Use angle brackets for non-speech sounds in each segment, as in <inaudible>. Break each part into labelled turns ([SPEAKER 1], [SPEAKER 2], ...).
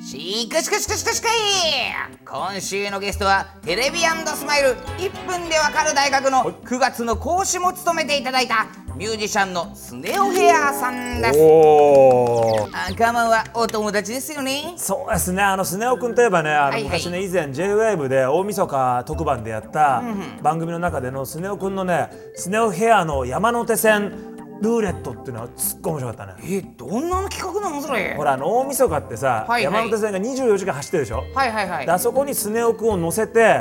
[SPEAKER 1] しかしかしかしかしかい今週のゲストはテレビスマイル1分でわかる大学の
[SPEAKER 2] はい
[SPEAKER 1] 9月の講師も務めていただいたミュージシャンのスネオヘアーさんです
[SPEAKER 2] おー
[SPEAKER 1] アンカーマンはお友達ですよね
[SPEAKER 2] そうですね、あのスネ夫君といえばね、あの
[SPEAKER 1] はいはい
[SPEAKER 2] 昔ね、以前 J-WAVE で大晦日特番でやった番組の中でのスネ夫君のね、スネ夫ヘアの山手線ルーレットっていうのはすっごい面白かったね。
[SPEAKER 1] えどんな企画なのそれ
[SPEAKER 2] ほら、あの大晦日ってさ、
[SPEAKER 1] はいはい
[SPEAKER 2] 山手線が24時間走ってるでしょ、
[SPEAKER 1] はいはいはい
[SPEAKER 2] であそこにスネ夫君を乗せて、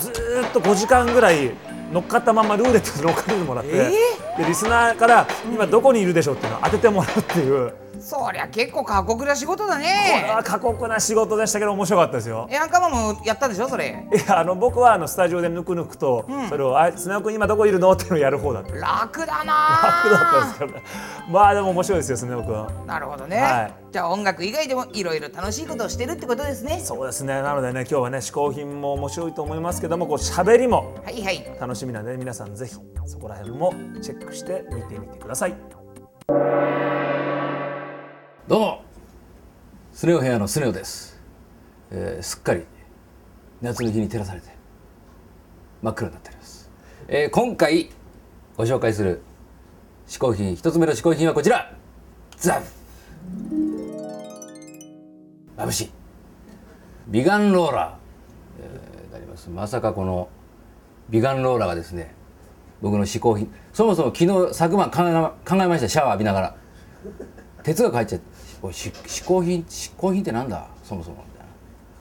[SPEAKER 2] ずーっと5時間ぐらい乗っかったままルーレットで乗っかってもらって、でリスナーから今どこにいるでしょうっていうのを当ててもらうっていう、こ
[SPEAKER 1] そりゃ結構過酷な仕事だ
[SPEAKER 2] れ
[SPEAKER 1] ね
[SPEAKER 2] は過酷な仕事でしたけど面白かったですよ。
[SPEAKER 1] えアンカーマンもやったでしょそれ
[SPEAKER 2] いやあの僕はあのスタジオでぬくぬくと、それを「あ砂尾君今どこいるの?」っていうのをやる方だった楽
[SPEAKER 1] 楽だな
[SPEAKER 2] だったんですけどね <laughs> まあでも面白いですよ砂尾君
[SPEAKER 1] なるほどね、
[SPEAKER 2] はい
[SPEAKER 1] じゃあ音楽以外でもいろいろ楽しいことをしてるってことですね
[SPEAKER 2] そうですねなのでね今日はね嗜好品も面白いと思いますけどもこう喋りも
[SPEAKER 1] はいはい
[SPEAKER 2] 楽しみなので皆さんぜひそこら辺もチェックして見てみてください
[SPEAKER 3] どうもスネ夫部屋のスネ夫です、えーすっかり夏の日に照らされて真っ暗になっております、えー今回ご紹介する嗜好品一つ目の嗜好品はこちらザン眩しい美顔ローラー、えーがありますまさかこの美顔ローラーがですね僕の嗜好品そもそも昨日昨晩考えま考えましたシャワー浴びながら哲学入っちゃっておいし嗜好品嗜好品ってなんだそもそもみたいな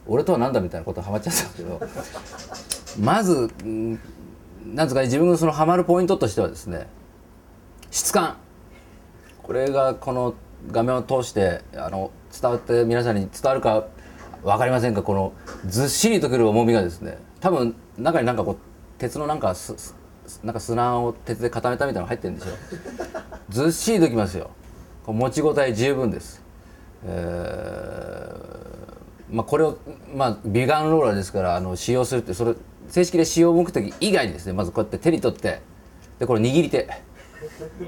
[SPEAKER 3] 俺とはなんだみたいなことハマっちゃったんですけど <laughs> まずうんなんですかね自分のそのハマるポイントとしてはですね質感これがこの画面を通してあの伝わって皆さんに伝わるか分かりませんがこのずっしりとくる重みがですね多分中になんかこう鉄のなんかすすなんか砂を鉄で固めたみたいなのが入ってるんでしょずっしりときますよこう持ち応え十分です、えーまあ、これを、まあ、美顔ローラーですからあの使用するってそれ正式で使用目的以外にですねまずこうやって手に取ってでこれ握り手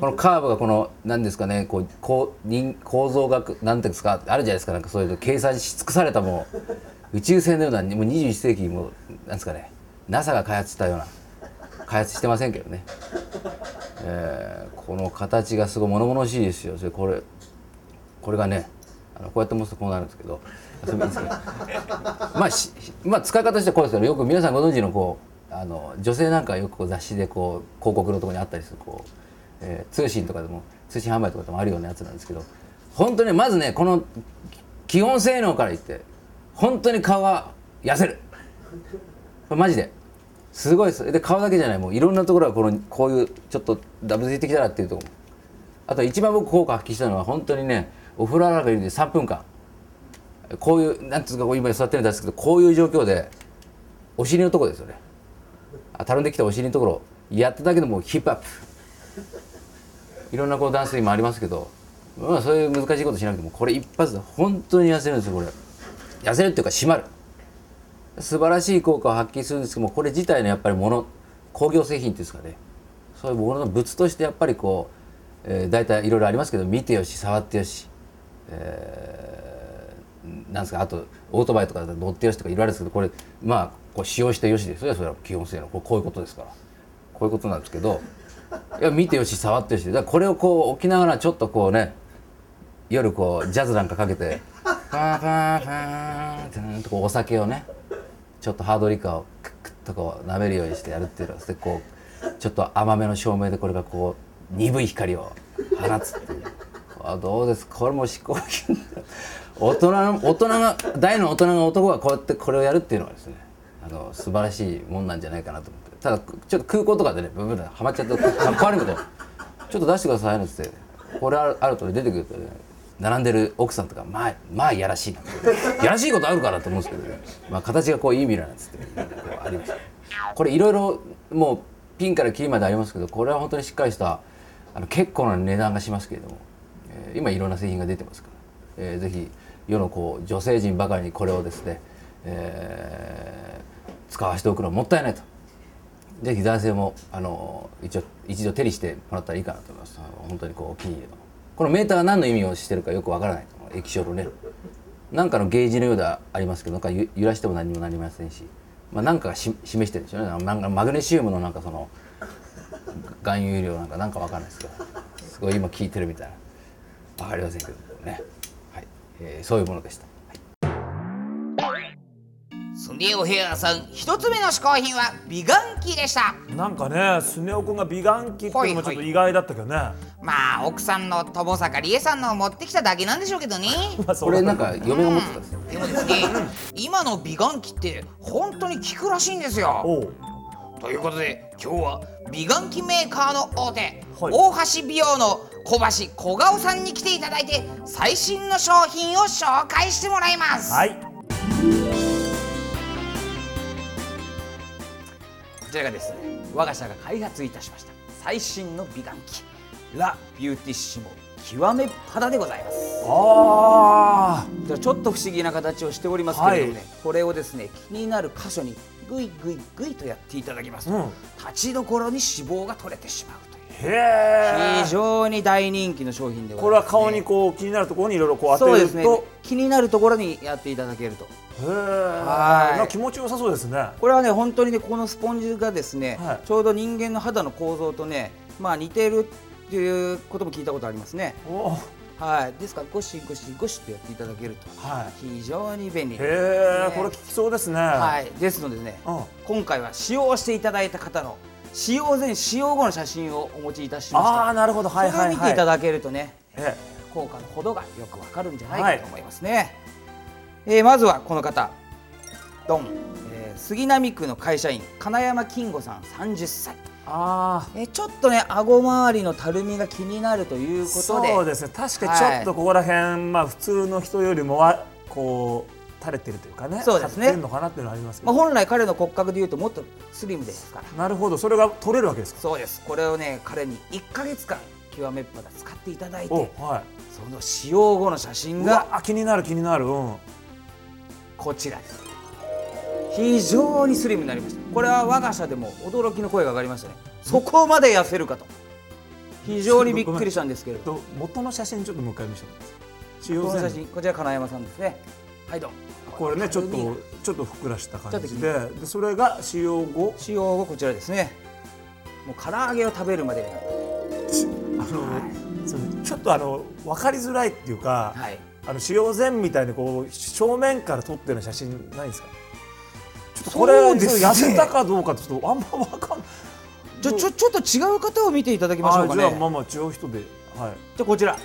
[SPEAKER 3] このカーブがこの何ですかねこうこう人構造学なんていうんですかあるじゃないですかなんかそういうの計算し尽くされたもう宇宙船のようなもう21世紀もうなんですかね NASA が開発したような開発してませんけどねえーこの形がすごい物々しいですよそれこれこれがねあのこうやって持つとこうなるんですけどあそれいいん <laughs> ですけどまあしまあ使い方としてはこうですけどよく皆さんご存知のこうあの女性なんかはよくこう雑誌でこう広告のところにあったりするこう、えー通信とかでも通信販売とかでもあるようなやつなんですけど本当にまずねこの基本性能から言って本当に顔は痩せるこれマジですごいですで顔だけじゃないもういろんなところがこのこういうちょっとダブついてきたらっていうところあと一番僕効果発揮したのは本当にねお風呂上がりで3分間こういうなんつうかこう今座ってるんですけどこういう状況でお尻のところですよねあたるんできたお尻のところやっただけでもうヒップアップいろんなこうダンスにもありますけど、まあ、そういう難しいことしなくてもこれ一発で本当に痩せるんですよこれ痩せるっていうか締まる素晴らしい効果を発揮するんですけどもこれ自体のやっぱりもの工業製品っていうんですかねそういうものの物としてやっぱりこう、えー、大体いろいろありますけど見てよし触ってよし、えーなんですかあとオートバイとかだと乗ってよしとかいろいろあるんですけどこれまあこう使用してよしですよそれは基本性のこうこういうことですからこういうことなんですけどいや見てよし触ってよしだからこれをこう置きながらちょっとこうね夜こうジャズなんかかけてファンファンファンってなんとこうお酒をねちょっとハードリカーをクックッとこう舐めるようにしてやるっていうのはでこうちょっと甘めの照明でこれがこう鈍い光を放つっていうあどうですこれも嗜好品大人の大人が大の大人が男がこうやってこれをやるっていうのはですねあの素晴らしいもんなんじゃないかなと思ってただちょっと空港とかでねブンブンハマっちゃって変わるけどちょっと出してくださいねっつってこれあるあるとね出てくるとね並んでる奥さんとかまあまあいやらしいなってやらしいことあるからと思うんですけど、ね、まあ形がこういい未来なんつってこうありましたこれいろいろもうピンからキリまでありますけどこれは本当にしっかりしたあの結構な値段がしますけれども、えー今いろんな製品が出てますから、えーぜひ世のこう女性陣ばかりにこれをですね、えー使わせておくのはもったいないとぜひ男性もあの一応一度手にしてもらったらいいかなと思います。あの本当にこうお気に入りの。このメーターは何の意味をしてるかよくわからないと思う液晶のね。なんかのゲージのようではありますけど、なんかゆ揺らしても何にもなりませんし、まあなんかがし示してるんでしょうね。あのなんかマグネシウムのなんかその含有量なんかなんかわからないですけど、すごい今効いてるみたいな。わかりませんけどね。はい、えーそういうものでした。
[SPEAKER 1] スネオヘアさん一つ目の試行品は美顔器でした
[SPEAKER 2] なんかねスネ夫君が美顔器っていうのもちょっと
[SPEAKER 1] はいはい
[SPEAKER 2] 意外だったけどね、
[SPEAKER 1] まあ奥さんの友坂理恵さんのを持ってきただけなんでしょうけ
[SPEAKER 2] <laughs>
[SPEAKER 1] どね
[SPEAKER 2] まあそ
[SPEAKER 3] こ
[SPEAKER 2] う
[SPEAKER 3] れ
[SPEAKER 2] だ
[SPEAKER 3] なんか嫁が持ってたんですよ。
[SPEAKER 1] でもですね今の美顔器って本当に効くらしいんですよ
[SPEAKER 2] おう
[SPEAKER 1] ということで今日は美顔器メーカーの大手、
[SPEAKER 2] はい
[SPEAKER 1] 大橋美容の小橋小顔さんに来ていただいて最新の商品を紹介してもらいます、
[SPEAKER 2] はい
[SPEAKER 1] こちらがですね我が社が開発いたしました最新の美顔器ラ・ビューティッシモ極め肌でございます
[SPEAKER 2] あ
[SPEAKER 1] こちらちょっと不思議な形をしておりますけれどもね、
[SPEAKER 2] はい
[SPEAKER 1] これをですね気になる箇所にグイグイグイとやっていただきますと、
[SPEAKER 2] うん
[SPEAKER 1] 立ちどころに脂肪が取れてしまうという
[SPEAKER 2] ーへえ
[SPEAKER 1] 非常に大人気の商品でござ
[SPEAKER 2] こ
[SPEAKER 1] い
[SPEAKER 2] れ
[SPEAKER 1] ま
[SPEAKER 2] は
[SPEAKER 1] す、
[SPEAKER 2] 顔にこう気になるところにいろいろこう当
[SPEAKER 1] そう
[SPEAKER 2] て
[SPEAKER 1] で
[SPEAKER 2] る
[SPEAKER 1] すね
[SPEAKER 2] と
[SPEAKER 1] 気になるところにやっていただけると
[SPEAKER 2] へえ
[SPEAKER 1] はい
[SPEAKER 2] なんか気持ちよさそうですね
[SPEAKER 4] これはね本当にねこのスポンジがですね、
[SPEAKER 2] はい
[SPEAKER 4] ちょうど人間の肌の構造とねまあ似ているっていうことも聞いたことありますね
[SPEAKER 2] おう
[SPEAKER 4] はいですからゴシゴシゴシとやっていただけると
[SPEAKER 2] はい
[SPEAKER 4] 非常に便利
[SPEAKER 2] へえこれ効きそうですね
[SPEAKER 4] はいいですのでね、
[SPEAKER 2] うん
[SPEAKER 4] 今回は使用していただいた方の使用前使用後の写真をお持ちいたしました
[SPEAKER 2] ああなるほどはいはい
[SPEAKER 4] それを見ていた
[SPEAKER 2] はい
[SPEAKER 4] だけるとね
[SPEAKER 2] え
[SPEAKER 4] 効果のほどがよくわかるんじゃないかと思いますね、えーまずはこの方ドン、えー杉並区の会社員金山金吾さん30歳、
[SPEAKER 2] あ
[SPEAKER 4] えーちょっとね顎周りのたるみが気になるとい
[SPEAKER 2] あ
[SPEAKER 4] うことで
[SPEAKER 2] そうですね確かにちょっとここら辺まあ普通の人よりもはこう垂れてるというかね
[SPEAKER 4] そうです
[SPEAKER 2] 立
[SPEAKER 4] ね
[SPEAKER 2] ってるのかなっていうのはありますけ
[SPEAKER 4] まあ、
[SPEAKER 2] ど
[SPEAKER 4] 本来彼の骨格でいうともっとスリムですから
[SPEAKER 2] なるほどそれが取れるわけですか
[SPEAKER 4] そうですこれをね彼に1か月間極めっぱだ使っていただい
[SPEAKER 2] お
[SPEAKER 4] て
[SPEAKER 2] は
[SPEAKER 4] その使用後の写
[SPEAKER 2] い
[SPEAKER 4] 真
[SPEAKER 2] う
[SPEAKER 4] が
[SPEAKER 2] わ気になる気になるうん
[SPEAKER 4] こちらです非常にスリムになりましたこれは我が社でも驚きの声が上がりましたねそこまで痩せるかと非常にびっくりしたんですけれど
[SPEAKER 2] と元の写真ちょっともう一回見せてもらっていいですか使用
[SPEAKER 4] この
[SPEAKER 2] 前
[SPEAKER 4] 写真こちら金山さんですねはいどうも
[SPEAKER 2] これねちょっとちょっとふっくらした感じ
[SPEAKER 4] ちょ
[SPEAKER 2] ででそれが使用後
[SPEAKER 4] 使用後こちらですねもう唐揚げを食べるまでになっ
[SPEAKER 2] あのそのちょっとあの分かりづらいっていうか、
[SPEAKER 4] たはい
[SPEAKER 2] あの使用前みたいにこう正面から撮ってるような写真ないんですかちょっとこれ
[SPEAKER 4] そうですね
[SPEAKER 2] 痩せたかどうかちょっとあんま分かんない
[SPEAKER 4] じゃあちょちょっと違う方を見ていただきましょ
[SPEAKER 2] あ
[SPEAKER 4] うか
[SPEAKER 2] じ
[SPEAKER 4] ね
[SPEAKER 2] ゃあまあまあ違う人ではい
[SPEAKER 4] じゃあこちら、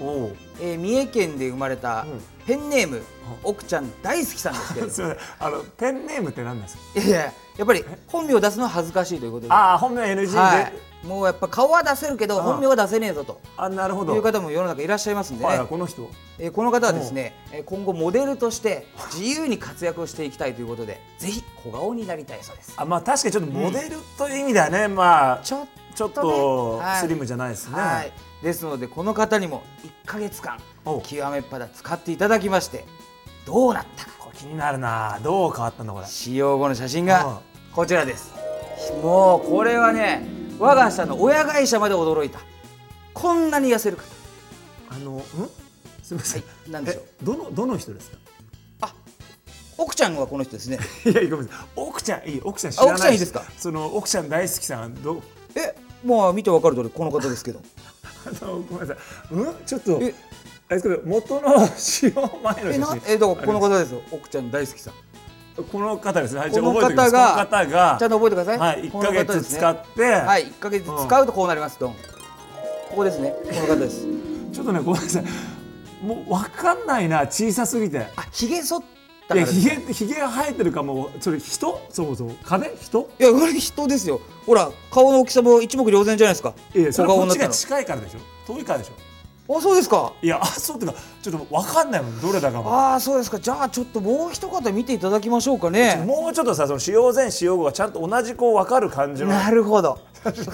[SPEAKER 2] おおう <laughs>
[SPEAKER 4] えー三重県で生まれた
[SPEAKER 2] うん
[SPEAKER 4] ペンネーム、奥ちゃん大好きさんですけれ
[SPEAKER 2] <laughs>
[SPEAKER 4] ど
[SPEAKER 2] すいませんあのペンネームって何なんですか
[SPEAKER 4] いやいややっぱり本名を出すのは恥ずかしいということで
[SPEAKER 2] ああ本名 NG で、
[SPEAKER 4] はい、もうやっぱ顔は出せるけど
[SPEAKER 2] ん
[SPEAKER 4] 本名は出せねえぞと
[SPEAKER 2] あなるほど
[SPEAKER 4] いう方も世の中いらっしゃいますんでね、
[SPEAKER 2] はいこの人
[SPEAKER 4] えーこの方はですね、えー今後モデルとして自由に活躍をしていきたいということでぜひ小顔になりたいそうです
[SPEAKER 2] あまあ確かにちょっとモデルという意味ではね、まあ
[SPEAKER 4] ちょっ
[SPEAKER 2] ちょっ
[SPEAKER 4] と
[SPEAKER 2] と
[SPEAKER 4] ねはい
[SPEAKER 2] スリムじゃないですね、
[SPEAKER 4] はいですのでこの方にも1か月間
[SPEAKER 2] おう
[SPEAKER 4] 極めっぱだ使っていただきましてどうなったか
[SPEAKER 2] これ気になるなどう変わったんだこれ
[SPEAKER 4] 使用後の写真
[SPEAKER 2] うん
[SPEAKER 4] がこちらですもうこれはね我が社の親会社まで驚いたこんなに痩せるか
[SPEAKER 2] あのんすみません、
[SPEAKER 4] はい何でしょう
[SPEAKER 2] えどのどの人ですか <laughs>
[SPEAKER 4] 奥ちゃんはこの人ですね
[SPEAKER 2] いやごめんなさい奥ちゃんいい奥ちゃん知らない
[SPEAKER 4] あ奥ちゃんいいですか
[SPEAKER 2] その奥ちゃん大好きさんどう <laughs>
[SPEAKER 4] えまあ見てわかる通りこの方ですけど
[SPEAKER 2] あのごめんなさいうんちょっと
[SPEAKER 4] え
[SPEAKER 2] あれですけど元の <laughs> 使用前の
[SPEAKER 4] え
[SPEAKER 2] 写
[SPEAKER 4] な
[SPEAKER 2] 真
[SPEAKER 4] えだからこの
[SPEAKER 2] あ
[SPEAKER 4] 方ですよ奥ちゃん大好きさん
[SPEAKER 2] れこの方ですねはいじ
[SPEAKER 4] こ
[SPEAKER 2] ゃあ
[SPEAKER 4] の
[SPEAKER 2] 覚えておきま
[SPEAKER 4] 方
[SPEAKER 2] す
[SPEAKER 4] が
[SPEAKER 2] この方が
[SPEAKER 4] ちゃんと覚えてください
[SPEAKER 2] はい
[SPEAKER 4] こ
[SPEAKER 2] 一
[SPEAKER 4] の
[SPEAKER 2] ヶ
[SPEAKER 4] 方
[SPEAKER 2] 月
[SPEAKER 4] ですね
[SPEAKER 2] 使って、
[SPEAKER 4] はい1ヶ月使うとこうなりますドンここですねこの方です
[SPEAKER 2] <laughs> ちょっとねごめんなさいもうわかんないな小さすぎて
[SPEAKER 4] あひげ剃った
[SPEAKER 2] い
[SPEAKER 4] から
[SPEAKER 2] や
[SPEAKER 4] で
[SPEAKER 2] ひ
[SPEAKER 4] す
[SPEAKER 2] げひげが生えてるかもそれ人そもそも金人
[SPEAKER 4] いやこれ人ですよほら顔の大きさも一目瞭然じゃないですか
[SPEAKER 2] いやそれ
[SPEAKER 4] 小
[SPEAKER 2] こ
[SPEAKER 4] 顔に
[SPEAKER 2] っ
[SPEAKER 4] な
[SPEAKER 2] ち
[SPEAKER 4] った
[SPEAKER 2] が
[SPEAKER 4] の
[SPEAKER 2] 近いからでしょ遠いからでしょ
[SPEAKER 4] あそうですか
[SPEAKER 2] いやあそうっていうかちょっと分かんないもんどれだかも
[SPEAKER 4] ああそうですかじゃあちょっともう一方見ていただきましょうかね
[SPEAKER 2] もうちょっとさその使用前使用後がちゃんと同じこう分かる感じの
[SPEAKER 4] なるほど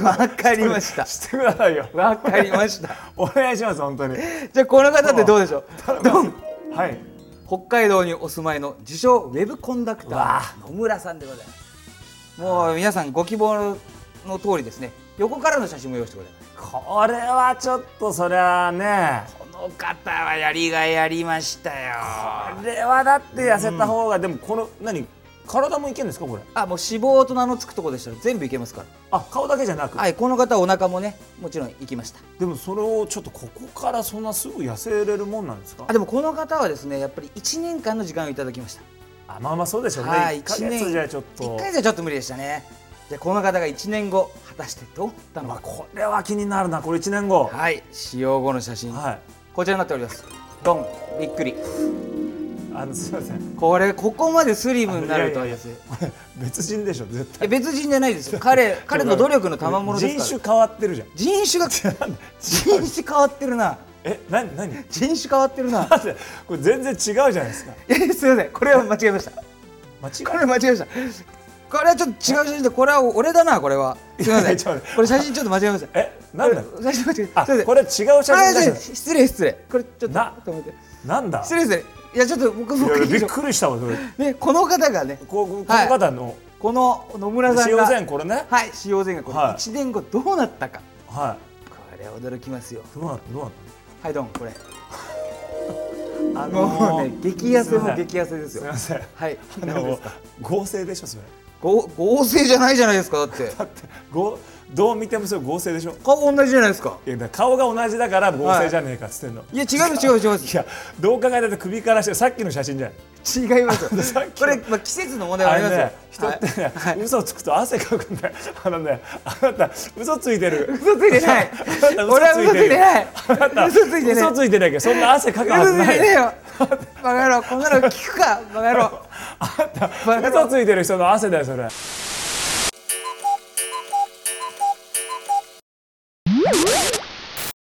[SPEAKER 4] わかりました
[SPEAKER 2] してくださいよ
[SPEAKER 4] わかりました
[SPEAKER 2] お願いします本
[SPEAKER 4] <laughs>
[SPEAKER 2] 当に
[SPEAKER 4] じゃあこの方ってどうでしょうどう
[SPEAKER 2] はい
[SPEAKER 4] 北海道にお住まいの自称ウェブコンダクター野村さんでございますもう皆さんご希望の通りですね横からの写真も用意してございます
[SPEAKER 2] これはちょっとそりゃあね
[SPEAKER 4] この方はやりがいありましたよ
[SPEAKER 2] これはだって痩せた方が、でもこの何体もいけるんですかこれ
[SPEAKER 4] あもう脂肪と名の付くとこでしたら全部いけますか
[SPEAKER 2] あ顔だけじゃなく、
[SPEAKER 4] らはいこの方はお腹もねもちろんいきました
[SPEAKER 2] でもそれをちょっとここからそんなすぐ痩せれるもんなんですか
[SPEAKER 4] あでもこの方はですねやっぱり1年間の時間をいただきました
[SPEAKER 2] あまあまあそうでしょうね、
[SPEAKER 4] はい
[SPEAKER 2] 1ヶ月じゃちょっと
[SPEAKER 4] 1回じゃちょっと無理でしたねじゃあこの方が1年後果たしてどうだったの
[SPEAKER 2] まあ
[SPEAKER 4] か
[SPEAKER 2] これは気になるなこれ1年後は
[SPEAKER 4] はい使用後の写真、
[SPEAKER 2] い、
[SPEAKER 4] こちらになっておりますドンびっくり
[SPEAKER 2] あのすいません
[SPEAKER 4] これここまでスリムになるとはい
[SPEAKER 2] やいやいや
[SPEAKER 4] ですね
[SPEAKER 2] これ別人でしょ絶対
[SPEAKER 4] いや別人じゃないですよ
[SPEAKER 2] <laughs>
[SPEAKER 4] 彼彼の努力の賜物ですから
[SPEAKER 2] 人種変わってるじゃん <laughs>
[SPEAKER 4] 人種が人種変わってるな
[SPEAKER 2] え何何だ
[SPEAKER 4] 人種変わってるな
[SPEAKER 2] ってこれ全然違うじゃないですか
[SPEAKER 4] えすいませんこれは間違えました
[SPEAKER 2] 間違い
[SPEAKER 4] これ間違えましたこれはちょっと違う写真でこれは俺だなこれはすいま
[SPEAKER 2] いやい
[SPEAKER 4] せ
[SPEAKER 2] やちょっと待っ
[SPEAKER 4] ん
[SPEAKER 2] て
[SPEAKER 4] これ写真ちょっと間違えました
[SPEAKER 2] えなんだ
[SPEAKER 4] 写真間違えました
[SPEAKER 2] あ
[SPEAKER 4] すいません
[SPEAKER 2] これ違う写真
[SPEAKER 4] あ
[SPEAKER 2] だ
[SPEAKER 4] すいま
[SPEAKER 2] し
[SPEAKER 4] せん失礼失礼これちょっと
[SPEAKER 2] な
[SPEAKER 4] ちょっと待って
[SPEAKER 2] なんだ
[SPEAKER 4] 失礼ですねいやちょっと僕
[SPEAKER 2] い
[SPEAKER 4] 僕
[SPEAKER 2] やびっくりしたわそれ
[SPEAKER 4] ねこの方がね
[SPEAKER 2] こここの方の
[SPEAKER 4] この野村さ
[SPEAKER 2] 使
[SPEAKER 4] ん
[SPEAKER 2] 用
[SPEAKER 4] が
[SPEAKER 2] 前これね
[SPEAKER 4] はい使用前がこれ
[SPEAKER 2] はい
[SPEAKER 4] 1年後どうなったか
[SPEAKER 2] は
[SPEAKER 4] これは驚きますよ
[SPEAKER 2] いどうなったどうなっ
[SPEAKER 4] はいどうも
[SPEAKER 2] <laughs>
[SPEAKER 4] これ
[SPEAKER 2] たあ
[SPEAKER 4] もうね激痩せ
[SPEAKER 2] す
[SPEAKER 4] も
[SPEAKER 2] いません
[SPEAKER 4] 激痩せです
[SPEAKER 2] す
[SPEAKER 4] よ
[SPEAKER 2] みません
[SPEAKER 4] はい
[SPEAKER 2] あ
[SPEAKER 4] 何で <laughs>
[SPEAKER 2] の
[SPEAKER 4] すか
[SPEAKER 2] 合成でしょそれ
[SPEAKER 4] ご合成じゃないじゃないですか
[SPEAKER 2] <laughs>
[SPEAKER 4] だって
[SPEAKER 2] だって合どう見てもそれ合成でしょ
[SPEAKER 4] 顔同じじゃないですか
[SPEAKER 2] いやだから顔が同じだから合成じゃねえかっつってんの、
[SPEAKER 4] いや違います違います違いま
[SPEAKER 2] い、
[SPEAKER 4] す
[SPEAKER 2] やどう考えたって首からしてさっきの写真じゃん
[SPEAKER 4] 違います
[SPEAKER 2] さっきの
[SPEAKER 4] これ、まあ、季節の問題はあ
[SPEAKER 2] あ
[SPEAKER 4] り
[SPEAKER 2] れ
[SPEAKER 4] ますよ、
[SPEAKER 2] ね人ってね、
[SPEAKER 4] はいはい
[SPEAKER 2] 嘘をつくと汗かくんだよあのねあなた嘘ついてる
[SPEAKER 4] 嘘つい
[SPEAKER 2] <laughs>
[SPEAKER 4] てない
[SPEAKER 2] あなた
[SPEAKER 4] 俺は嘘ついてない
[SPEAKER 2] あなた
[SPEAKER 4] 嘘ついてない
[SPEAKER 2] 嘘ついてないけどそんな汗かくはず
[SPEAKER 4] 嘘つ
[SPEAKER 2] ないい
[SPEAKER 4] てねえよバカ野郎こんなの聞くかバカ野郎
[SPEAKER 2] あなた嘘ついてる人の汗だよそれ